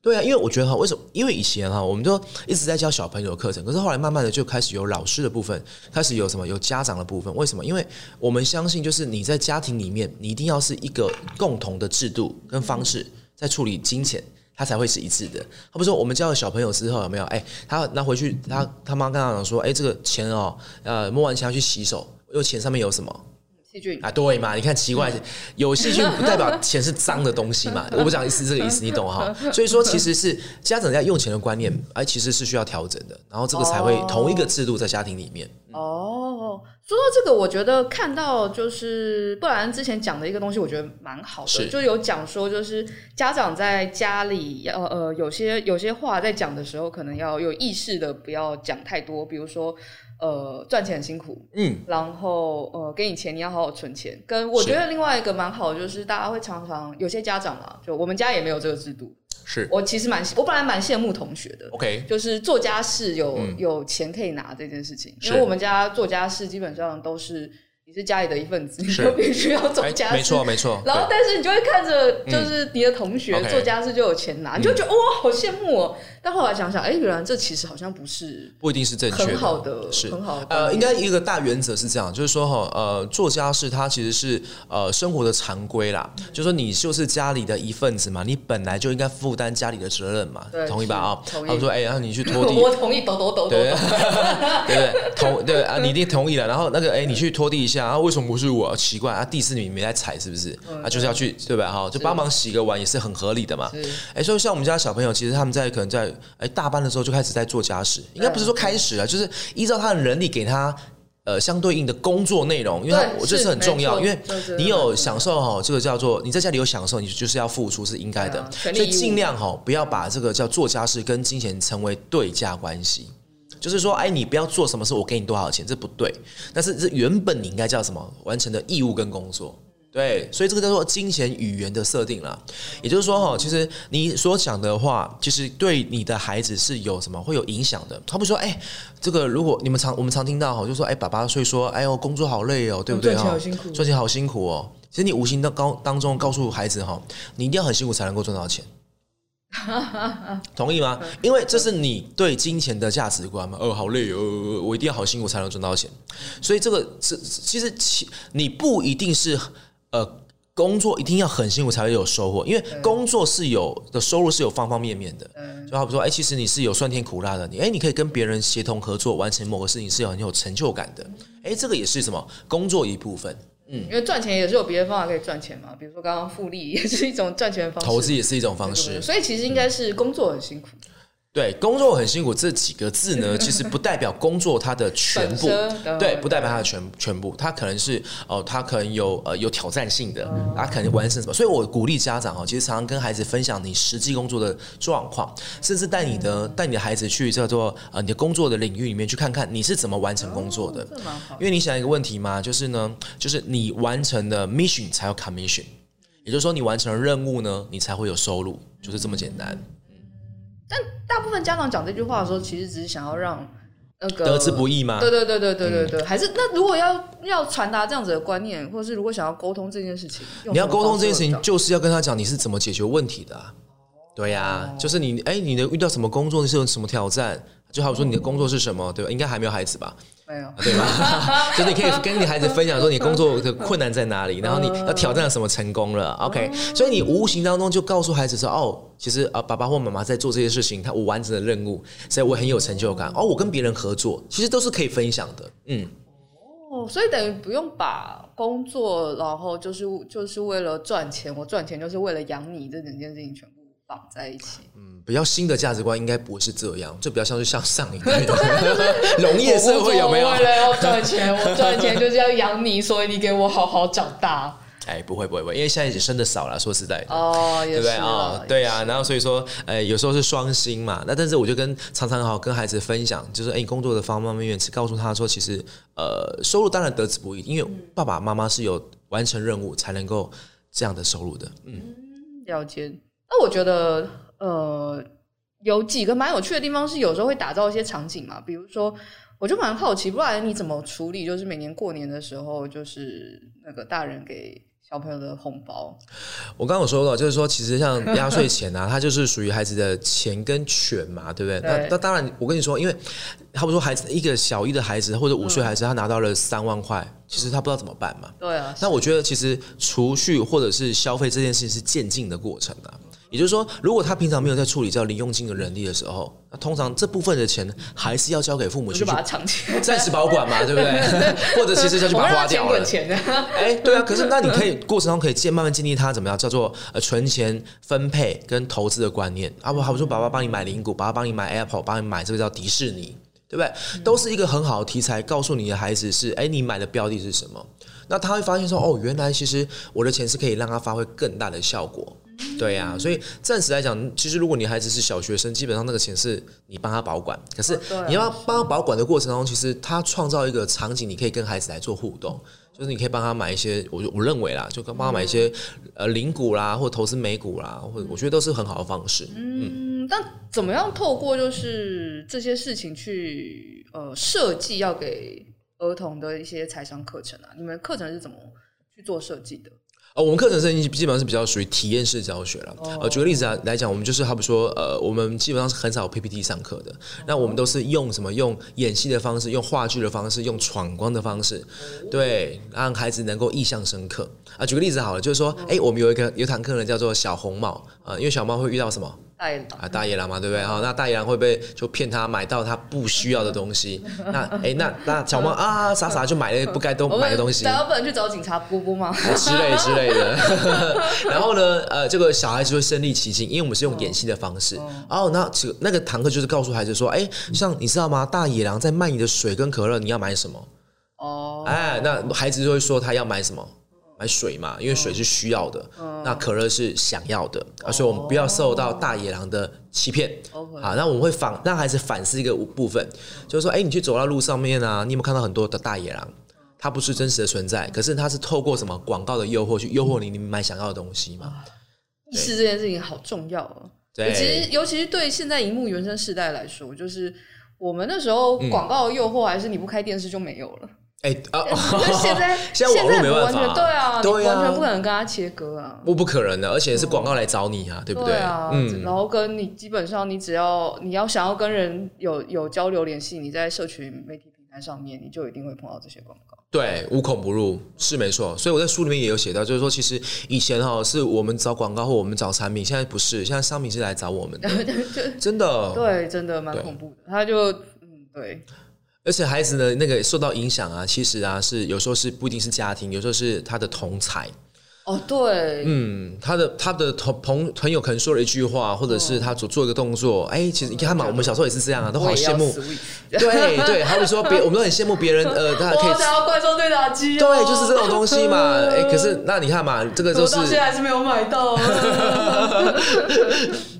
Speaker 2: 对啊，因为我觉得哈，为什么？因为以前哈，我们就一直在教小朋友课程，可是后来慢慢的就开始有老师的部分，开始有什么有家长的部分。为什么？因为我们相信，就是你在家庭里面，你一定要是一个共同的制度跟方式在处理金钱。它才会是一致的。他不说我们教了小朋友之后有没有？哎、他拿回去，他他妈跟他讲说，哎、这个钱哦，呃，摸完钱要去洗手，因为钱上面有什么？
Speaker 1: 细菌
Speaker 2: 啊，对嘛？你看奇怪，有细菌不代表钱是脏的东西嘛？ 我不讲意思这个意思，你懂哈？所以说，其实是家长在用钱的观念，哎，其实是需要调整的。然后这个才会
Speaker 1: 哦
Speaker 2: 同一个制度在家庭里面，
Speaker 1: 哦，说到这个，我觉得看到就是布莱恩之前讲的一个东西，我觉得蛮好的，
Speaker 2: 是
Speaker 1: 就有讲说，就是家长在家里，呃呃，有些有些话在讲的时候，可能要有意识的不要讲太多，比如说，呃，赚钱很辛苦，
Speaker 2: 嗯，
Speaker 1: 然后呃，给你钱你要好好存钱。跟我
Speaker 2: 是
Speaker 1: 觉得另外一个蛮好的，就是大家会常常有些家长啊，就我们家也没有这个制度，
Speaker 2: 是
Speaker 1: 我其实蛮我本来蛮羡慕同学的，
Speaker 2: OK，
Speaker 1: 就是做家事有、
Speaker 2: 嗯
Speaker 1: 有钱可以拿这件事情，
Speaker 2: 是
Speaker 1: 因为我们家做家事基本上都是你是家里的一份子，你
Speaker 2: 是
Speaker 1: 就必须要做
Speaker 2: 哎
Speaker 1: 家，事。
Speaker 2: 没错没错，
Speaker 1: 然后，
Speaker 2: 对
Speaker 1: 但是你就会看着，就是你的同学
Speaker 2: OK 嗯
Speaker 1: 做家事就有钱拿，你就觉得哇、好羡慕哦。但后来想想，哎，原来这其实好像不是
Speaker 2: 不一定是正确
Speaker 1: 很
Speaker 2: 的。
Speaker 1: 好的，
Speaker 2: 是
Speaker 1: 很好的观念。
Speaker 2: 呃，应该一个大原则是这样，就是说哈，呃，做家事它其实是呃生活的常规啦，就说你就是家里的一份子嘛，你本来就应该负担家里的责任嘛，
Speaker 1: 对
Speaker 2: 同意吧？
Speaker 1: 是
Speaker 2: 啊，
Speaker 1: 同意
Speaker 2: 他们说，哎、然后你去拖 地，
Speaker 1: 我同意，抖抖抖抖
Speaker 2: 对
Speaker 1: 抖。
Speaker 2: 对不对？同对啊，你一定同意了。然后那个哎，你去拖地一下，啊，为什么不是我？奇怪啊，地是你没来踩是不是？
Speaker 1: 嗯
Speaker 2: 啊，就是要去对吧？哈，就帮忙洗个碗也是很合理的嘛。
Speaker 1: 是
Speaker 2: 哎，所以像我们家小朋友，其实他们在可能在哎大班的时候就开始在做家事，应该不是说
Speaker 1: 嗯
Speaker 2: 开始了，就是依照他的能力给他。呃，相对应的工作内容，因为他
Speaker 1: 对
Speaker 2: 我这
Speaker 1: 是
Speaker 2: 是很重要，
Speaker 1: 没
Speaker 2: 因
Speaker 1: 错
Speaker 2: 为
Speaker 1: 这真的
Speaker 2: 你有
Speaker 1: 很重
Speaker 2: 享受哈，这个叫做你在家里有享受，你就是要付出是应该
Speaker 1: 对
Speaker 2: 的
Speaker 1: 啊，权
Speaker 2: 所
Speaker 1: 利
Speaker 2: 以
Speaker 1: 义务
Speaker 2: 尽量哈不要把这个叫做家事跟金钱成为对价关系。就是说，哎，你不要做什么事，我给你多少钱，这不对。但是这原本你应该叫什么？完成的义务跟工作。对，所以这个叫做金钱语言的设定啦。也就是说，哈，其实你所讲的话，其实对你的孩子是有什么会有影响的。他不说，哎，这个如果你们常我们常听到哈，就说，哎，爸爸所以说，哎呦，工作好累哦，对不对？
Speaker 1: 赚钱
Speaker 2: 哈
Speaker 1: 好辛苦
Speaker 2: 赚钱好辛苦哦。其实你无形当高当中告诉孩子哈，你一定要很辛苦才能够赚 到钱。同意吗？因为这是你对金钱的价值观嘛。哦，好累哦，我一定要好辛苦才能赚到钱。所以这个是其实其你不一定是呃工作一定要很辛苦才会有收获，因为工作是有的收入是有方方面面的。就好比说，哎、其实你是有酸甜苦辣的，你哎、你可以跟别人协同合作完成某个事情是有很有成就感的。哎、这个也是什么工作一部分，
Speaker 1: 因为赚钱也是有别的方法可以赚钱嘛，比如说刚刚复利也是一种赚钱的方式，
Speaker 2: 投资也是一种方
Speaker 1: 对
Speaker 2: 式。
Speaker 1: 所以其实应该是工作很辛苦，
Speaker 2: 对，工作很辛苦这几个字呢，其实不代表工作它的全部
Speaker 1: 嗯本身嗯的，
Speaker 2: 对，不代表它的全全部，它可能是哦，它可能有呃有挑战性的，它可能完成什么，所以我鼓励家长哦，其实常常跟孩子分享你实际工作的状况，甚至带你
Speaker 1: 嗯
Speaker 2: 的带你的孩子去叫做呃你的工作的领域里面去看看你是怎么完成工作的，
Speaker 1: 哦这蛮好。
Speaker 2: 因为你想一个问题嘛，就是呢，就是你完成的 mission 才有 commission，也就是说你完成了任务呢，你才会有收入，就是这么简单。
Speaker 1: 大部分家长讲这句话的时候，其实只是想要让那个
Speaker 2: 得之不易嘛，嗯
Speaker 1: 对对对对对对对，还是那如果要要传达这样子的观念，或者是如果想要沟通这件事情，用
Speaker 2: 你要
Speaker 1: 什么
Speaker 2: 沟通这件事
Speaker 1: 方式会比
Speaker 2: 情，
Speaker 1: 较好
Speaker 2: 就是要跟他讲你是怎么解决问题的啊、对呀、
Speaker 1: 哦
Speaker 2: 就是你哎，你的遇到什么工作是有什么挑战？就好比说你的工作是什么，对吧？应该还没有孩 子吧，
Speaker 1: 没有
Speaker 2: 啊对吧？就是你可以跟你孩子分享说你工作的困难在哪里，然后你要挑战了什么成功了，OK？所
Speaker 1: 哦
Speaker 2: 以你无形当中就告诉孩子说，哦，其实啊，爸爸或妈妈在做这些事情，他我完成了任务，所以我很有成就感。哦，我跟别人合作，其实都是可以分享的，嗯。
Speaker 1: 哦，所以等于不用把工作，然后就是就是为了赚钱，我赚钱就是为了养你这整件事情全部绑在一起。
Speaker 2: 比较新的价值观应该不是这样，这比较像是向上一代的 农业社会有没有
Speaker 1: 我？为了要赚钱，我赚钱就是要养你，所以你给我好好长大。
Speaker 2: 哎，不会不会不会，因为现在也生的少了，说实在的。
Speaker 1: 哦，也
Speaker 2: 对
Speaker 1: 是
Speaker 2: 不对啊
Speaker 1: 啦？
Speaker 2: 对啊，然后所以说，呃，有时候是双薪嘛。那但是我就跟常常好跟孩子分享，就是哎，你工作的方方面面，是告诉他说，其实呃，收入当然得之不易，因
Speaker 1: 嗯
Speaker 2: 为爸爸妈妈是有完成任务才能够这样的收入的。嗯，
Speaker 1: 了解。那我觉得，呃，有几个蛮有趣的地方是，有时候会打造一些场景嘛，比如说，我就蛮好奇，不然你怎么处理？就是每年过年的时候，就是那个大人给小朋友的红包，
Speaker 2: 我刚刚有说到，就是说，其实像压岁 钱啊，它就是属于孩子的钱跟权嘛，对不对？那
Speaker 1: 对
Speaker 2: 那当然，我跟你说，因为他们说孩子一个小一的孩子或者
Speaker 1: 嗯
Speaker 2: 五岁孩子，他拿到了三万块，其实他不知道怎么办嘛。
Speaker 1: 对啊，
Speaker 2: 那我觉得其实储蓄或者是消费这件事情是渐进的过程啊。也就是说，如果他平常没有在处理掉零用金的能力的时候，那通常这部分的钱还是要交给父母
Speaker 1: 我
Speaker 2: 去
Speaker 1: 就
Speaker 2: 去
Speaker 1: 把它藏起来，
Speaker 2: 暂时保管嘛，对 不对？ 或者其实就去
Speaker 1: 我
Speaker 2: 把
Speaker 1: 们让他
Speaker 2: 它花
Speaker 1: 钱
Speaker 2: 掉了
Speaker 1: 滚。钱的，
Speaker 2: 哎，对啊，可是那你可以过程中可以建慢慢建立他怎么样叫做呃存钱、分配跟投资的观念。啊，我好比说爸爸帮你买零股，爸爸帮你买 Apple，帮你买这个叫迪士尼，对不
Speaker 1: 嗯
Speaker 2: 对？都是一个很好的题材，告诉你的孩子是哎你买的标的是什么。那他会发现说哦，原来其实我的钱是可以让他发挥更大的效果。对呀、所以暂时来讲，其实如果你孩子是小学生，基本上那个钱是你帮他保管。可是
Speaker 1: 哦对啊
Speaker 2: 你要帮他保管的过程中，其实他创造一个场景，你可以跟孩子来做互动，就是你可以帮他买一些，我就我认为啦，就帮他买一些、呃零股啦，或投资美股啦，或者我觉得都是很好的方式。
Speaker 1: 嗯，但怎么样透过就是这些事情去呃设计要给儿童的一些财商课程啊？你们课程是怎么去做设计的？
Speaker 2: 呃，我们课程是基本上是比较属于体验式教学了。
Speaker 1: 哦
Speaker 2: 呃，举个例子啊来讲，我们就是好比说，呃，我们基本上是很少有 PPT 上课
Speaker 1: 哦
Speaker 2: 的，那我们都是用什么？用演戏的方式，用话剧的方式，用闯关的方式，
Speaker 1: 哦
Speaker 2: 对，让孩子能够印象深刻。啊，举个例子好了，就是
Speaker 1: 嗯
Speaker 2: 说，哎、我们有一个有一堂课呢叫做小红帽，啊，因为小猫会遇到什么？
Speaker 1: 带吧，
Speaker 2: 啊，大野狼嘛，对不对？哈、那大野狼会被就骗他买到他不需要的东西。那哎，那那小猫啊，傻傻就买了不该都
Speaker 1: 我
Speaker 2: 买
Speaker 1: 们
Speaker 2: 的东西。
Speaker 1: 难道不能去找警察波波 吗？
Speaker 2: 之类之类的。 然后呢，呃，这个小孩子会身临其境，因为我们是用演戏的方式。哦，那这那个堂课就是告诉孩子说，哎，像你知道吗？大野狼在卖你的水跟可乐，你要买什么？
Speaker 1: 哦，
Speaker 2: 哎，那孩子就会说他要买什么？买水嘛，因为水是需要的，
Speaker 1: 嗯
Speaker 2: 那可乐是想要的啊，所以我们不要受到大野狼的欺骗。
Speaker 1: OK
Speaker 2: 好，那我们会反让孩子反思一个部分，就是说，哎，你去走到路上面啊，你有没有看到很多的大野狼？它不是真实的存在，可是它是透过什么广告的诱惑去诱惑你，你买想要的东西嘛？
Speaker 1: 意识这件事情好重要啊！
Speaker 2: 对
Speaker 1: 哦其实尤其是对现在荧幕原生世代来说，就是我们那时候
Speaker 2: 嗯
Speaker 1: 广告的诱惑，还是你不开电视就没有 了。
Speaker 2: 哎啊，
Speaker 1: 可是现在
Speaker 2: 现在网络没办
Speaker 1: 现在你完全
Speaker 2: 法，
Speaker 1: 对啊，
Speaker 2: 对
Speaker 1: 你完全不可
Speaker 2: 啊，
Speaker 1: 能跟他切割啊。
Speaker 2: 不不可能的，而且是广告来找你啊，对不对？
Speaker 1: 啊，然后跟你基本上，你只要你要想要跟人有有交流联系，你在社群媒体平台上面，你就一定会碰到这些广告。
Speaker 2: 对，无孔不入是没错，所以我在书里面也有写到，就是说，其实以前哈、是我们找广告或我们找产品，现在不是，现在商品是来找我 们的，真的。
Speaker 1: 对，真的蛮
Speaker 2: 哦对
Speaker 1: 恐怖的。他就嗯，对，
Speaker 2: 而且孩子呢，那个受到影响啊，其实啊是有时候是不一定是家庭，有时候是他的同才，
Speaker 1: 哦，对，
Speaker 2: 嗯，他的他的同朋朋友可能说了一句话，或者是他所做一个动作，哎，其实你看嘛，我们小时候也是这样啊，都
Speaker 1: 我
Speaker 2: 好
Speaker 1: 也
Speaker 2: 羡
Speaker 1: 要
Speaker 2: 慕，
Speaker 1: Switch
Speaker 2: 对对，好比说别，我们都很羡慕别人，呃，他 可
Speaker 1: 我
Speaker 2: 以
Speaker 1: 好。想要怪兽对打机、哦，
Speaker 2: 对，就是这种东西嘛。哎、可是那你看嘛，这个
Speaker 1: 我
Speaker 2: 就是
Speaker 1: 到现在还是没有买到、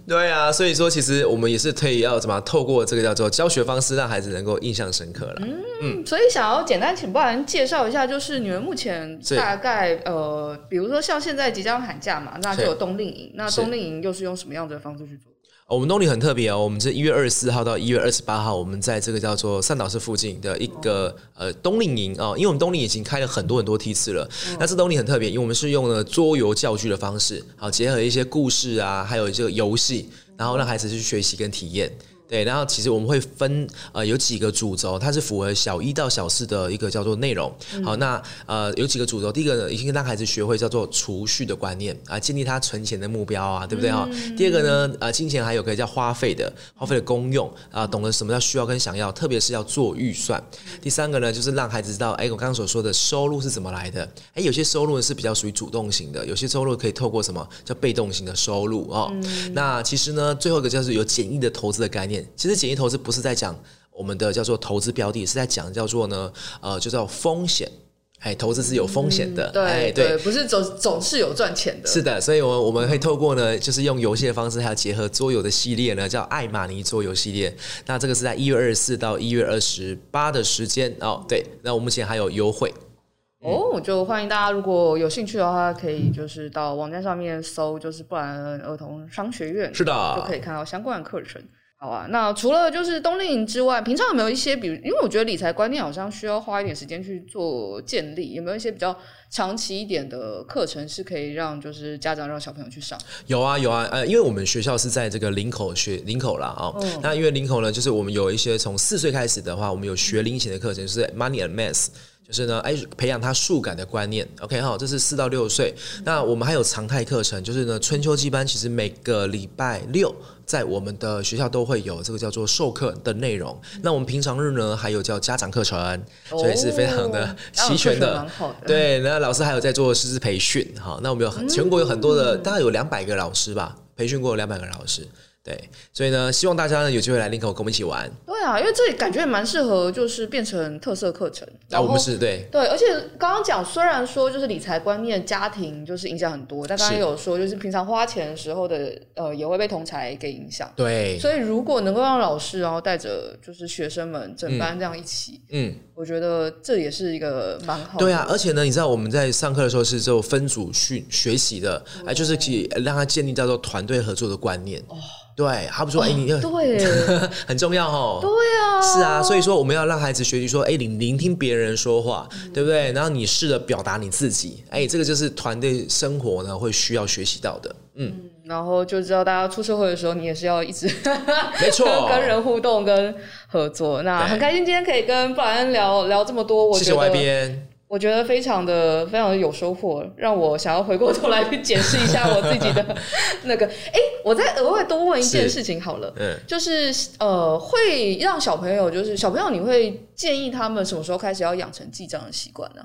Speaker 2: 对啊，所以说其实我们也是可以要怎么样透过这个叫做教学方式，让孩子能够印象深刻了。
Speaker 1: 嗯所以想要简单请不然介绍一下，就是你们目前
Speaker 2: 是
Speaker 1: 大概呃，比如说像现在即将寒假嘛，那就是有冬令营，那
Speaker 2: 是
Speaker 1: 冬令营又是用什么样的方式去做？
Speaker 2: 哦我们东里很特别哦，我们是一月二十四号到一月二十八号，我们在这个叫做善导市附近的一个、呃冬令营哦，因为我们冬令已经开了很多很多梯次了。那这冬令很特别，因为我们是用了桌游教具的方式，好结合一些故事啊，还有这个游戏，然后让孩子去学习跟体验。对，然后其实我们会分呃有几个主轴，它是符合小一到小四的一个叫做内容。好，那呃有几个主轴，第一个呢，已经让孩子学会叫做储蓄的观念啊，建立他存钱的目标啊，对不对哈、第二个呢，呃，金钱还有个叫花费的，花费的功用啊，懂得什么叫需要跟想要，特别是要做预算。第三个呢，就是让孩子知道，哎，我刚刚所说的收入是怎么来的。哎，有些收入呢是比较属于主动型的，有些收入可以透过什么叫被动型的收入哦。那其实呢，最后一个就是有简易的投资的概念。其实简易投资不是在讲我们的叫做投资标的，是在讲叫做呢，呃，就叫风险。哎，投资是有风险的，哎，
Speaker 1: 嗯对
Speaker 2: 对，
Speaker 1: 不是总总是有赚钱的，
Speaker 2: 是的，所以我我们会透过呢，就是用游戏的方式，还有结合桌游的系列呢，叫艾玛尼桌游系列。那这个是在一月二十四到一月二十八的时间哦。对，那我目前还有优惠。
Speaker 1: 哦，就欢迎大家如果有兴趣的话，可以就是到网站上面搜，就是布兰恩儿童商学院，
Speaker 2: 是的
Speaker 1: 就可以看到相关的课程。好啊，那除了就是冬令营之外，平常有没有一些，比如因为我觉得理财观念好像需要花一点时间去做建立，有没有一些比较长期一点的课程是可以让就是家长让小朋友去上？
Speaker 2: 有啊有啊，呃，因为我们学校是在这个林口学林口啦啊、哦那因为林口呢，就是我们有一些从四岁开始的话，我们有学龄前的课程，就是 Money and Math。就是呢，哎，培养他数感的观念，OK 哈，这是四到六岁。那我们还有常态课程，就是呢，春秋季班其实每个礼拜六在我们的学校都会有这个叫做授课的内容。那我们平常日呢，还有叫家长课程，所以是非常的
Speaker 1: 哦
Speaker 2: 齐全
Speaker 1: 那
Speaker 2: 的
Speaker 1: 我课程蛮好的。
Speaker 2: 对，那老师还有在做师资培训，哈，那我们有很全国有很多的，
Speaker 1: 嗯
Speaker 2: 大概有两百个老师吧，培训过两百个老师。对，所以呢，希望大家呢有机会来林口跟我们一起玩。
Speaker 1: 对啊，因为这里感觉也蛮适合，就是变成特色课程。
Speaker 2: 啊，
Speaker 1: 然
Speaker 2: 我
Speaker 1: 后
Speaker 2: 们是对，
Speaker 1: 对，而且刚刚讲，虽然说就是理财观念、家庭就是影响很多，但刚刚
Speaker 2: 是
Speaker 1: 有说就是平常花钱的时候的呃也会被同财给影响，
Speaker 2: 对，
Speaker 1: 所以如果能够让老师然后带着就是学生们整班这样一起，
Speaker 2: 嗯，
Speaker 1: 我觉得这也是一个蛮好的。
Speaker 2: 对啊，而且呢，你知道我们在上课的时候是只有分组去学习的，哎、就是去让他建立叫做团队合作的观念。哦，对，他不说，哎、你要
Speaker 1: 对
Speaker 2: 很重要哦。
Speaker 1: 对啊，
Speaker 2: 是啊，所以说我们要让孩子学习说，哎，你聆听别人说话，
Speaker 1: 嗯
Speaker 2: 对不对？然后你试着表达你自己，哎，这个就是团队生活呢会需要学习到的。嗯，
Speaker 1: 然后就知道大家出社会的时候，你也是要一直
Speaker 2: 没错
Speaker 1: 跟人互动跟合作。那
Speaker 2: 对
Speaker 1: 很开心今天可以跟布莱恩聊聊这么多，我
Speaker 2: 谢谢
Speaker 1: 觉得
Speaker 2: Y 边，
Speaker 1: 我觉得非常的非常的有收获，让我想要回过头来去检视一下我自己 的那个。哎，我再额外多问一件
Speaker 2: 是
Speaker 1: 事情好了，
Speaker 2: 嗯，
Speaker 1: 就是呃，会让小朋友，就是小朋友，你会建议他们什么时候开始要养成记账的习惯呢？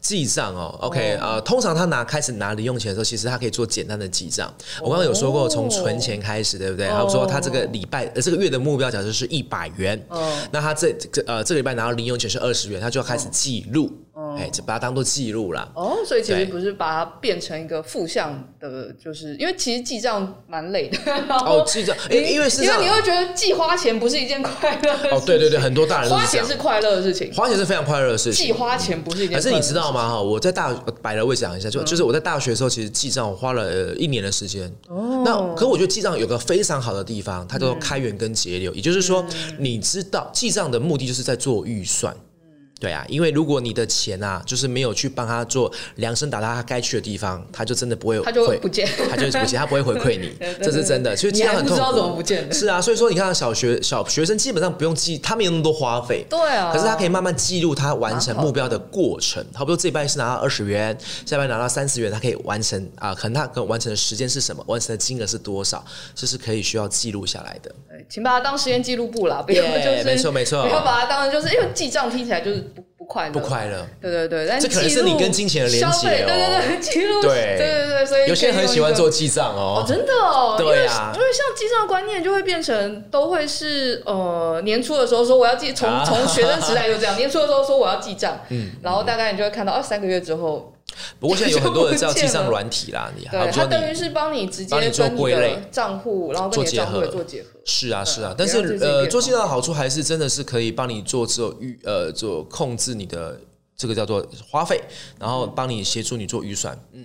Speaker 2: 记账哦，OK 啊、呃通常他拿开始拿零用钱的时候，其实他可以做简单的记账。我刚刚有说过，从存钱开始，对不对？
Speaker 1: 哦
Speaker 2: 他说他这个礼拜、呃、这个月的目标假设是一百元，
Speaker 1: 嗯
Speaker 2: 那他这这呃这个礼拜拿到零用钱是二十元，他就要开始记录，哎、就把它当做记录啦。
Speaker 1: 哦，所以其实
Speaker 2: 对
Speaker 1: 不是把它变成一个负向的，就是因为其实记账蛮累的。
Speaker 2: 哦，记账， 因因为是这
Speaker 1: 因
Speaker 2: 样
Speaker 1: 为你。会觉得记花钱不是一件快乐的事情。
Speaker 2: 哦，对对对，很多大人都
Speaker 1: 花
Speaker 2: 是这
Speaker 1: 钱
Speaker 2: 样。
Speaker 1: 是快乐的事情，
Speaker 2: 花钱是非常快乐的事
Speaker 1: 记
Speaker 2: 情。
Speaker 1: 花钱不是一件快乐的
Speaker 2: 可
Speaker 1: 事
Speaker 2: 是
Speaker 1: 情。
Speaker 2: 你知道吗？哈，我在大摆了位讲一下，
Speaker 1: 嗯
Speaker 2: 就、就是我在大学的时候，其实记账我花了呃一年的时间。哦，那可我觉得记账有个非常好的地方，它
Speaker 1: 嗯
Speaker 2: 叫做开源跟节流，也就是说，你知道记账的目的就是在做预算。
Speaker 1: 嗯
Speaker 2: 对啊，因为如果你的钱啊，就是没有去帮他做量身打造他该去的地方，他就真的不会
Speaker 1: 它就
Speaker 2: 回
Speaker 1: 不见
Speaker 2: 他就是不见，他不会回馈你
Speaker 1: 对对，对
Speaker 2: 这是真的。所以记账很
Speaker 1: 你还不知
Speaker 2: 痛苦。
Speaker 1: 道怎么不见的
Speaker 2: 是啊，所以说你看小学小学生基本上不用记，他没有那么多花费。
Speaker 1: 对啊
Speaker 2: 可是他可以慢慢记录他完成目标的过程。好比说这一半是拿到二十元，下半拿到三十元，他可以完成啊、可能他可能完成的时间是什么，完成的金额是多少，这是可以需要记录下来的。
Speaker 1: 对请把它当实验记录簿啦，不要
Speaker 2: Yeah，
Speaker 1: 就是
Speaker 2: 没错没错
Speaker 1: 不要把它当成就是因为记账听起来就是不不快乐，
Speaker 2: 不快乐，
Speaker 1: 对对对，但
Speaker 2: 这可能
Speaker 1: 记
Speaker 2: 是你
Speaker 1: 录
Speaker 2: 跟金钱的连
Speaker 1: 消
Speaker 2: 结
Speaker 1: 费
Speaker 2: 哦
Speaker 1: 对对对，记录
Speaker 2: 对
Speaker 1: 对对对，所以
Speaker 2: 有些人
Speaker 1: 可以
Speaker 2: 很
Speaker 1: 用
Speaker 2: 喜欢
Speaker 1: 一个
Speaker 2: 做记账哦
Speaker 1: 哦，真的哦，
Speaker 2: 对啊
Speaker 1: 因为因为像记账观念就会变成都会是呃年初的时候说我要记，从
Speaker 2: 啊
Speaker 1: 从学生时代就这 样，年初的时候说我要记账，嗯，然后大概你就会看到哦三个月之后，
Speaker 2: 不过现在有很多人叫记
Speaker 1: 就不见
Speaker 2: 账
Speaker 1: 了
Speaker 2: 软体啦，你好
Speaker 1: 对，
Speaker 2: 比
Speaker 1: 它
Speaker 2: 说
Speaker 1: 等
Speaker 2: 你
Speaker 1: 于是帮你直接
Speaker 2: 帮你做
Speaker 1: 跟你
Speaker 2: 归类
Speaker 1: 的账户，然后跟
Speaker 2: 做
Speaker 1: 你的
Speaker 2: 结
Speaker 1: 账户
Speaker 2: 合
Speaker 1: 也做结合，
Speaker 2: 是啊，是啊
Speaker 1: 嗯，
Speaker 2: 但
Speaker 1: 不要
Speaker 2: 是
Speaker 1: 自己
Speaker 2: 呃，
Speaker 1: 变
Speaker 2: 做记账的好处还是真的是可以帮你做这种预呃做控制你的这个叫做花费，然后帮你协助你做预算。嗯，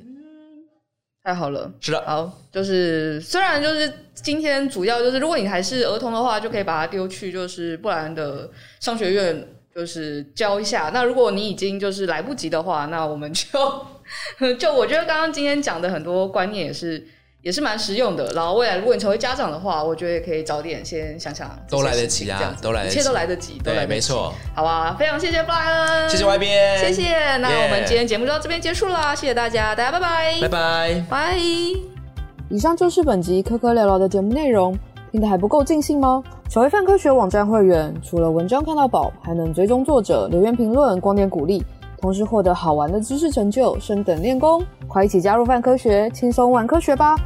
Speaker 1: 太好了。
Speaker 2: 是的，
Speaker 1: 好，就是虽然就是今天主要就是，如果你还是儿童的话，就可以把它丢去就是布莱恩的商学院，就是教一下。那如果你已经就是来不及的话，那我们就 就我觉得刚刚今天讲的很多观念也是也是蛮实用的。然后未来如果你成为家长的话，我觉得也可以早点先想想这
Speaker 2: 都
Speaker 1: 些
Speaker 2: 来得
Speaker 1: 事
Speaker 2: 及
Speaker 1: 情
Speaker 2: 啊
Speaker 1: 这样子
Speaker 2: 都来得
Speaker 1: 一切都
Speaker 2: 及
Speaker 1: 来得及，都来
Speaker 2: 对，
Speaker 1: 得及
Speaker 2: 没。错，
Speaker 1: 好啊，非常谢谢布莱恩，
Speaker 2: 谢谢外边，
Speaker 1: 谢，谢。那我们
Speaker 2: Yeah
Speaker 1: 今天节目就到这边结束啦，谢谢大家，大家拜拜，
Speaker 2: 拜拜。
Speaker 1: 拜。
Speaker 3: 以上就是本集科科聊聊的节目内容，听得还不够尽兴吗？成为泛科学网站会员，除了文章看到宝，还能追踪作者、留言评论、光点鼓励，同时获得好玩的知识成就，升等练功。快一起加入泛科学，轻松玩科学吧！